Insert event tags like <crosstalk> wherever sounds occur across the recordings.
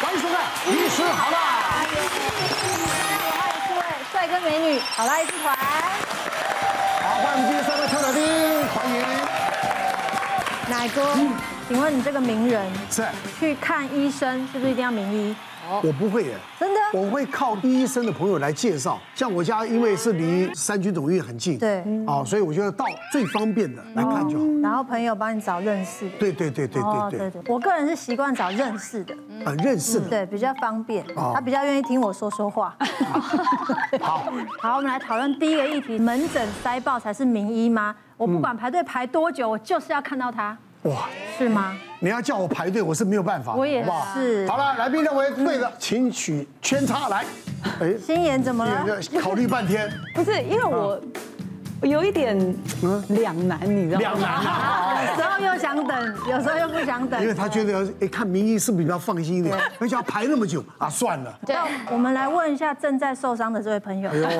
韩叔的医师好啦，欢迎各位帅哥美女好啦一起团。好，欢迎我们今天三位特来宾，欢迎。奶哥，请问你这个名人是，去看医生是不是一定要名医？我不会耶，真的我会靠医生的朋友来介绍。像我家因为是离三军总医院很近，对啊，所以我觉得到最方便的来看就好。哦然后朋友帮你找认识的。对对对对哦对对，对，我个人是习惯找认识的，很认识的。对，比较方便，哦他比较愿意听我说说话。 <laughs> 好，好，我们来讨论第一个议题：门诊塞爆才是名医吗？我不管排队排多久，我就是要看到他，哇，是吗？你要叫我排队，我是没有办法的，我也好不好是好了，来宾认为对的，请取圈叉来。哎，心妍怎么了？考虑半天，不是，因为我嗯有一点两难，你知道吗？两难啊，有时候又想等，有时候又不想等。因为他觉得哎，看名医是不是比较放心一点，而且要排那么久啊，算了。那我们来问一下正在受伤的这位朋友， <laughs> 哎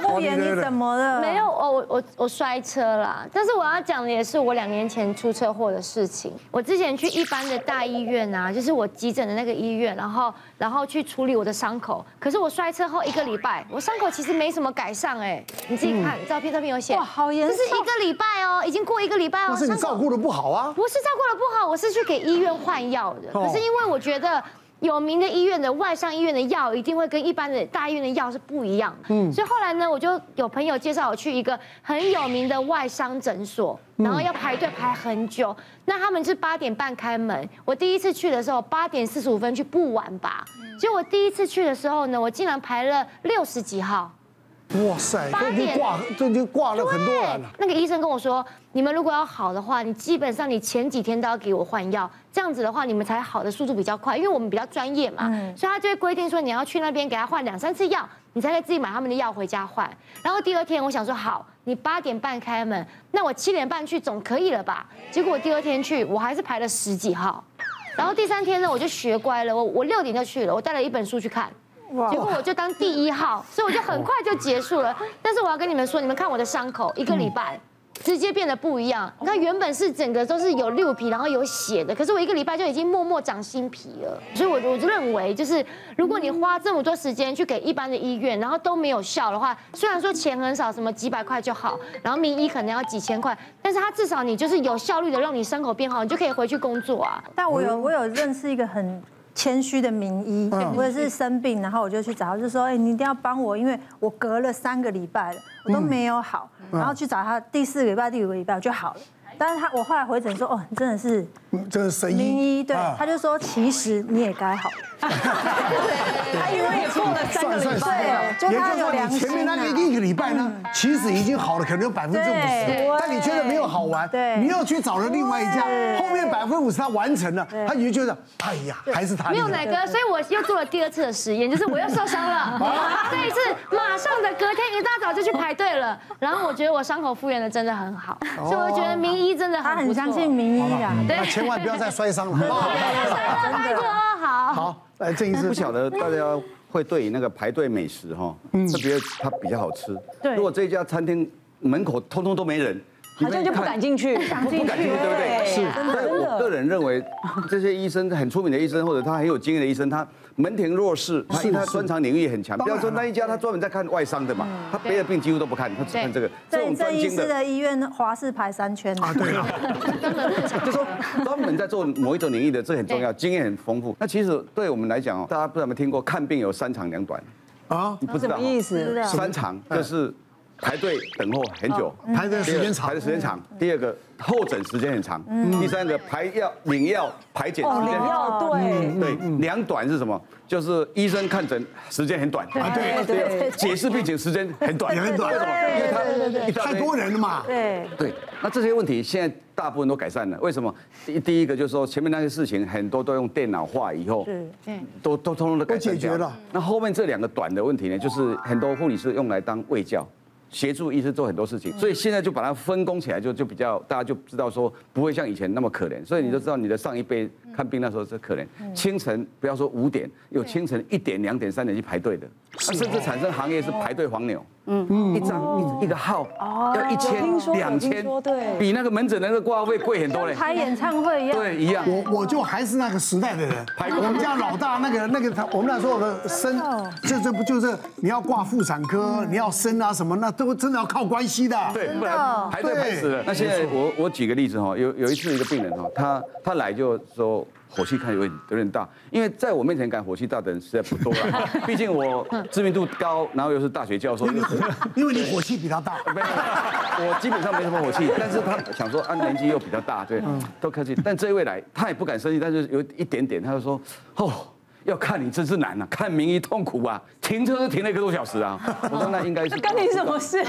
慕言你怎么了？没有，哦，我我我摔车啦。但是我要讲的也是我两年前出车祸的事情。我之前去一般的大医院啊，就是我急诊的那个医院，然后然后去处理我的伤口。可是我摔车后一个礼拜，我伤口其实没什么改善哎，你自己看照片，照片有写。哇好严这重是一个礼拜哦，已经过一个礼拜哦。但是你伤口照顾的不好啊，不是照顾的不好，我是去给医院换药的。哦可是因为我觉得。有名的医院的外商医院的药一定会跟一般的大医院的药是不一样，嗯，所以后来呢，我就有朋友介绍我去一个很有名的外商诊所，然后要排队排很久。那他们是八点半开门，我第一次去的时候八点四十五分去不晚吧？结果我第一次去的时候呢，我竟然排了六十几号，哇塞，八都已经点挂，都已经挂了很多啊人对了。，那个医生跟我说，你们如果要好的话，你基本上你前几天都要给我换药，这样子的话，你们才好的速度比较快，因为我们比较专业嘛，嗯所以他就会规定说你要去那边给他换两三次药，你才可以自己买他们的药回家换。然后第二天我想说好，你八点半开门，那我七点半去总可以了吧？结果我第二天去，我还是排了十几号。然后第三天呢，我就学乖了，我我六点就去了，我带了一本书去看。结果我就当第一号，所以我就很快就结束了。但是我要跟你们说，你们看我的伤口，一个礼拜。直接变得不一样。你看，原本是整个都是有六皮，然后有血的，可是我一个礼拜就已经默默长新皮了。所以，我我就认为，就是如果你花这么多时间去给一般的医院，然后都没有效的话，虽然说钱很少，什么几百块就好，然后名医可能要几千块，但是他至少你就是有效率的让你伤口变好，你就可以回去工作啊。但我有我有认识一个很谦虚的名医，嗯我也是生病，然后我就去找他，就说：“哎，你一定要帮我，因为我隔了三个礼拜了，我都没有好。”嗯然后去找他，第四个礼拜、第五个礼拜我就好了。但是他我后来回诊说：“哦，你真的是嗯这个神名医，啊医。”对，他就说：“其实你也该好。” <laughs> 他因为也过了三个算算礼是拜了。对就也他就是有说，良你心前面那个啊一个礼拜呢，其实已经好了，可能有百分之五对十，但你觉得没有好玩，对你又去找了另外一家，对后面百分之五十他完成了，对他你就觉得，哎呀，还是他没有厉害奶哥，所以我又做了第二次的实验，就是我又受伤了。 <laughs> 这一次马上的隔天一大早就去排队了，然后我觉得我伤口复原的真的很好，所以我觉得名医真的他很很不错相信名医啊，那千万不要再摔伤了，好不好？拜托 <laughs> 好。好，来郑医不师，晓得大家会对那个排队美食哈，嗯特别它比较好吃。对如果这家餐厅门口通通都没人，好像就不敢进去，不不敢进去，对不对？是。但我个人认为，这些医生很出名的医生，或者他很有经验的医生，他门庭若市，他因为他专长领域也很强。当不然要说那一家，他专门在看外伤的嘛，嗯他别的病几乎都不看，他只看这个。这对，种郑专医精师的，的医院华氏排三圈啊，对了， <laughs> 就说专门在做某一种领域的，这个很重要，经验很丰富。那其实对我们来讲哦，大家不知道有没有听过，看病有三长两短，啊，你不知什道么哦意思？三长嗯就是排队等候很哦久，排的时间第二排长的，时间长。嗯第二个候诊时间很长，第三个排药领药排检嗯哦，时领间很长。药对，对，两短是什么？就是医生看诊时间很短，啊对第二对解释病情时间很短，也很短为什么？因为他一大堆太多人了嘛，对，对，那这些问题现在大部分都改善了。为什么？第第一个就是说前面那些事情很多都用电脑化以后，都都通通都改善嗯都解决掉了。那后面这两个短的问题呢，就是很多护理师用来当卫教。协助医师做很多事情，所以现在就把它分工起来，就就比较大家就知道说不会像以前那么可怜，所以你就知道你的上一辈看病那时候是可怜，清晨不要说五点，有清晨一点、两点、三点去排队的，啊甚至产生行业是排队黄牛，嗯，一哦张一一个号要一有听千、说两有听千说，对比那个门诊那个挂号费贵很多嘞。开演唱会一样，对，一样。哦我我就还是那个时代的人，排我们家老大那个那个他，我们那时候的生，这这不就是你要挂妇产科，你要生啊什么，那都真的要靠关系的。对，不哦然排队排死了。那现在我我举个例子哈，有有一次一个病人哈，他他来就说火气看有点有点大，因为在我面前敢火气大的人实在不多 <laughs> 了，毕竟我知名度高，然后又是大学教授，因为火，因为你火气比他大。没有，我基本上没什么火气，但是他想说，啊，年纪又比较大，对，都客气。但这一位来，他也不敢生气，但是有一点点，他就说，哦，要看你真是难啊，看名医痛苦啊，停车都停了一个多小时啊。我说那应该是这跟你什么 <laughs> 事？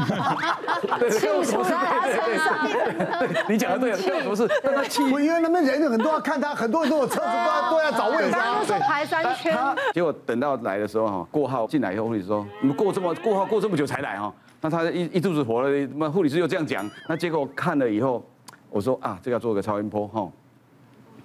对，气出来身上。对，对你讲的对，跟我什么事？但他气我因为那边人很多，要看他很多人都有车子，都要都要找位置啊。刚刚说排三圈， <laughs> 结果等到来的时候哈，过号进来以后，护理师说你们过这么过号过这么久才来哈，那他一一肚子火了，那护理师又这样讲，那结果看了以后，我说啊，这个要做个超音波哈，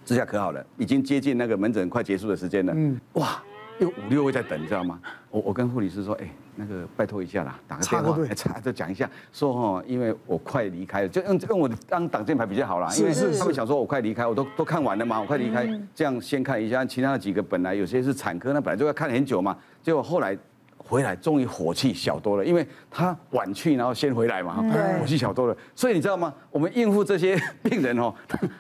这下可好了，已经接近那个门诊快结束的时间了，嗯，哇，有五六位在等，你知道吗？我我跟护理师说，哎，那个拜托一下啦，打个插电个话队，哎插再讲一下，说哦，因为我快离开了，就用用我的当挡箭牌比较好啦，因为是是他们想说我快离开，我都都看完了嘛，我快离开，这样先看一下。其他的几个本来有些是产科，那本来就要看很久嘛，结果后来回来，终于火气小多了，因为他晚去，然后先回来嘛，火气小多了。所以你知道吗？我们应付这些 <laughs> 病人哦，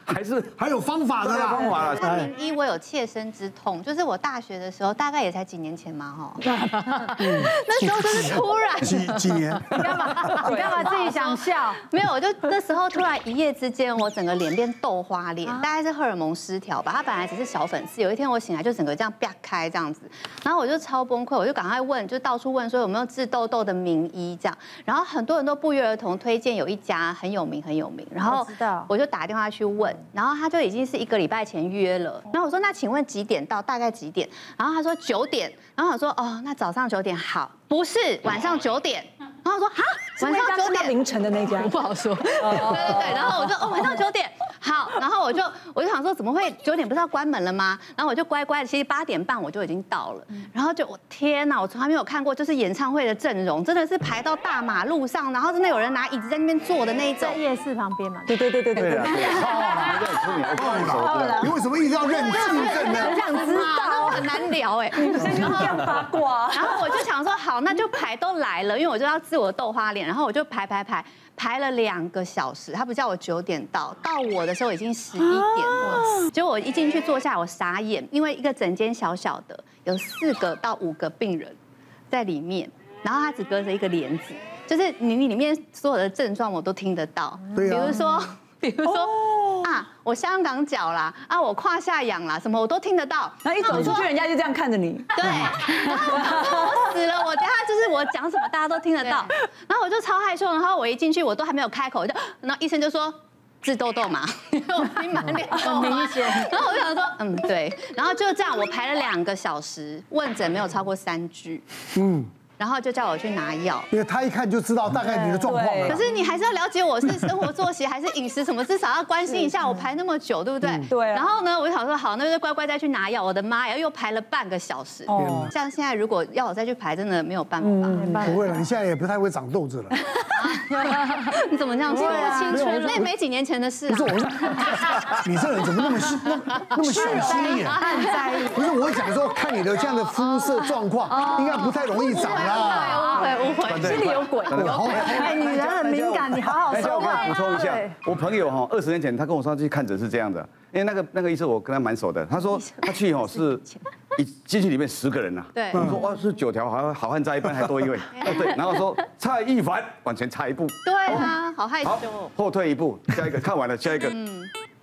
还是还有方法的啦，方法啦哎名医我有切身之痛，就是我大学的时候，大概也才几年前嘛，哈， <laughs> 那时候就是突然几几年？你干嘛？你干嘛自己想笑？ <laughs> 没有，我就那时候突然一夜之间，我整个脸变豆花脸，大概是荷尔蒙失调吧。它本来只是小粉刺，有一天我醒来就整个这样啪开这样子，然后我就超崩溃，我就赶快问，就到处问说有没有治痘痘的名医这样，然后很多人都不约而同推荐有一家很有名很有名，然我后知道我就打电话去问，然后他就已经是一个礼拜前约了，然后我说那请问几点到？大概几点？然后他说九点，然后我说哦，那早上九点好，不是晚上九点，然后我说哈，晚上九点。凌晨的那家，不好说。对对对，然后我就哦晚上九点，好，然后我就我就想说怎么会九点不是要关门了吗？然后我就乖乖的，其实八点半我就已经到了，然后就我天哪，我从来没有看过就是演唱会的阵容，真的是排到大马路上，然后真的有人拿椅子在那边坐的那一种在。夜市旁边嘛，对对对对对对啊对啦，。哦对啦好这样出名我不熟对啦你为什么一直要认字证呢？想知道，很难聊哎。这样八卦，然后我就想说，好，那就排都来了，因为我就要自我豆花脸，然后我就排排排。排了两个小时，他不叫我九点到，到我的时候已经十一点啊了。结果我一进去坐下来，我傻眼，因为一个整间小小的，有四个到五个病人在里面，然后他只隔着一个帘子，就是你里面所有的症状我都听得到，对比啊如说，比如说、哦啊，我香港脚啦，啊，我胯下痒啦，什么我都听得到。然后一走出去，人家就这样看着你，对，然后我想说我 <laughs> 死了，我等下就是我讲什么大家都听得到，然后我就超害羞，然后我一进去我都还没有开口，我就，然后医生就说。治痘痘嘛， <laughs> 因为我已经满脸很明显。 <laughs> 然后我就想说，嗯，对。然后就这样，我排了两个小时，问诊没有超过三句，嗯，然后就叫我去拿药。因为他一看就知道大概你的状况了可。是你还是要了解 <laughs> 我是生活作息还是饮食什么，至少要关心一下。我排那么久，对不对？对啊然后呢，我就想说，好，那就乖乖再去拿药。我的妈呀，又排了半个小时。哦像现在如果要我再去排，真的没有办法。嗯不会了，你现在也不太会长痘子了。嗯你怎么这样说？啊青没有我春，那没几年前的事、啊。不是我是，你这人怎么那么细那么那么小心眼？不是我讲说，看你的这样的肤色状况，应该不太容易长啦。误会误会误会，心里有鬼。对好哎，女人很敏感，你好好大家说我可话以。补充一下对，我朋友哈，二十年前他跟我说他去看诊是这样的，因为那个那个医生我跟他蛮熟的，他说他去哦是一进去里面十个人呐、啊，对我说哇是九条好好汉在一班还多一位，哦对，然后说蔡一凡往前差一步，对啊，好害羞好哦。后退一步，下一个看完了下一个，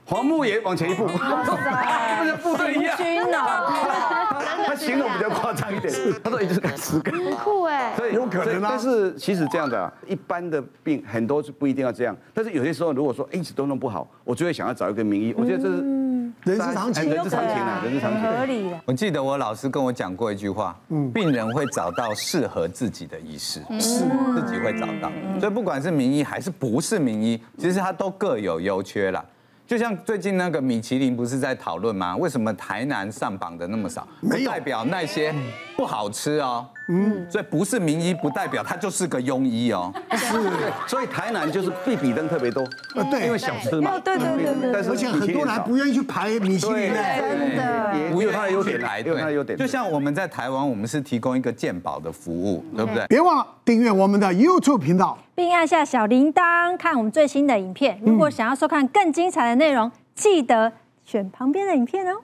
黄木也往前一步， <laughs> 这个部队一样，君哦他形容比较夸张一点，他说也就是看十个。很酷哎。所以有可能啊但是其实这样的、啊，一般的病很多是不一定要这样，但是有些时候如果说哎一直都弄不好，我就会想要找一个名嗯医。我觉得这是人之常哎情人之常情啊，人之常情。合理的，我记得我老师跟我讲过一句话，嗯病人会找到适合自己的医师，是自己会找到。嗯所以不管是名医还是不是名医，其实他都各有优缺啦。就像最近那个米其林不是在讨论吗？为什么台南上榜的那么少？不没有代表那些不好吃哦、嗯，所以不是名医不代表他就是个庸医哦。所以台南就是必比登特别多，啊对因为小吃嘛。对对对对但是而且很多人还不愿意去排米其林的，真的也有它的优点啦，也有它的优点。就像我们在台湾，我们是提供一个健保的服务，对不对？别忘了订阅我们的 YouTube 频道。并按下小铃铛看我们嗯最新的影片。如果想要收看更精彩的内容，记得选旁边的影片哦。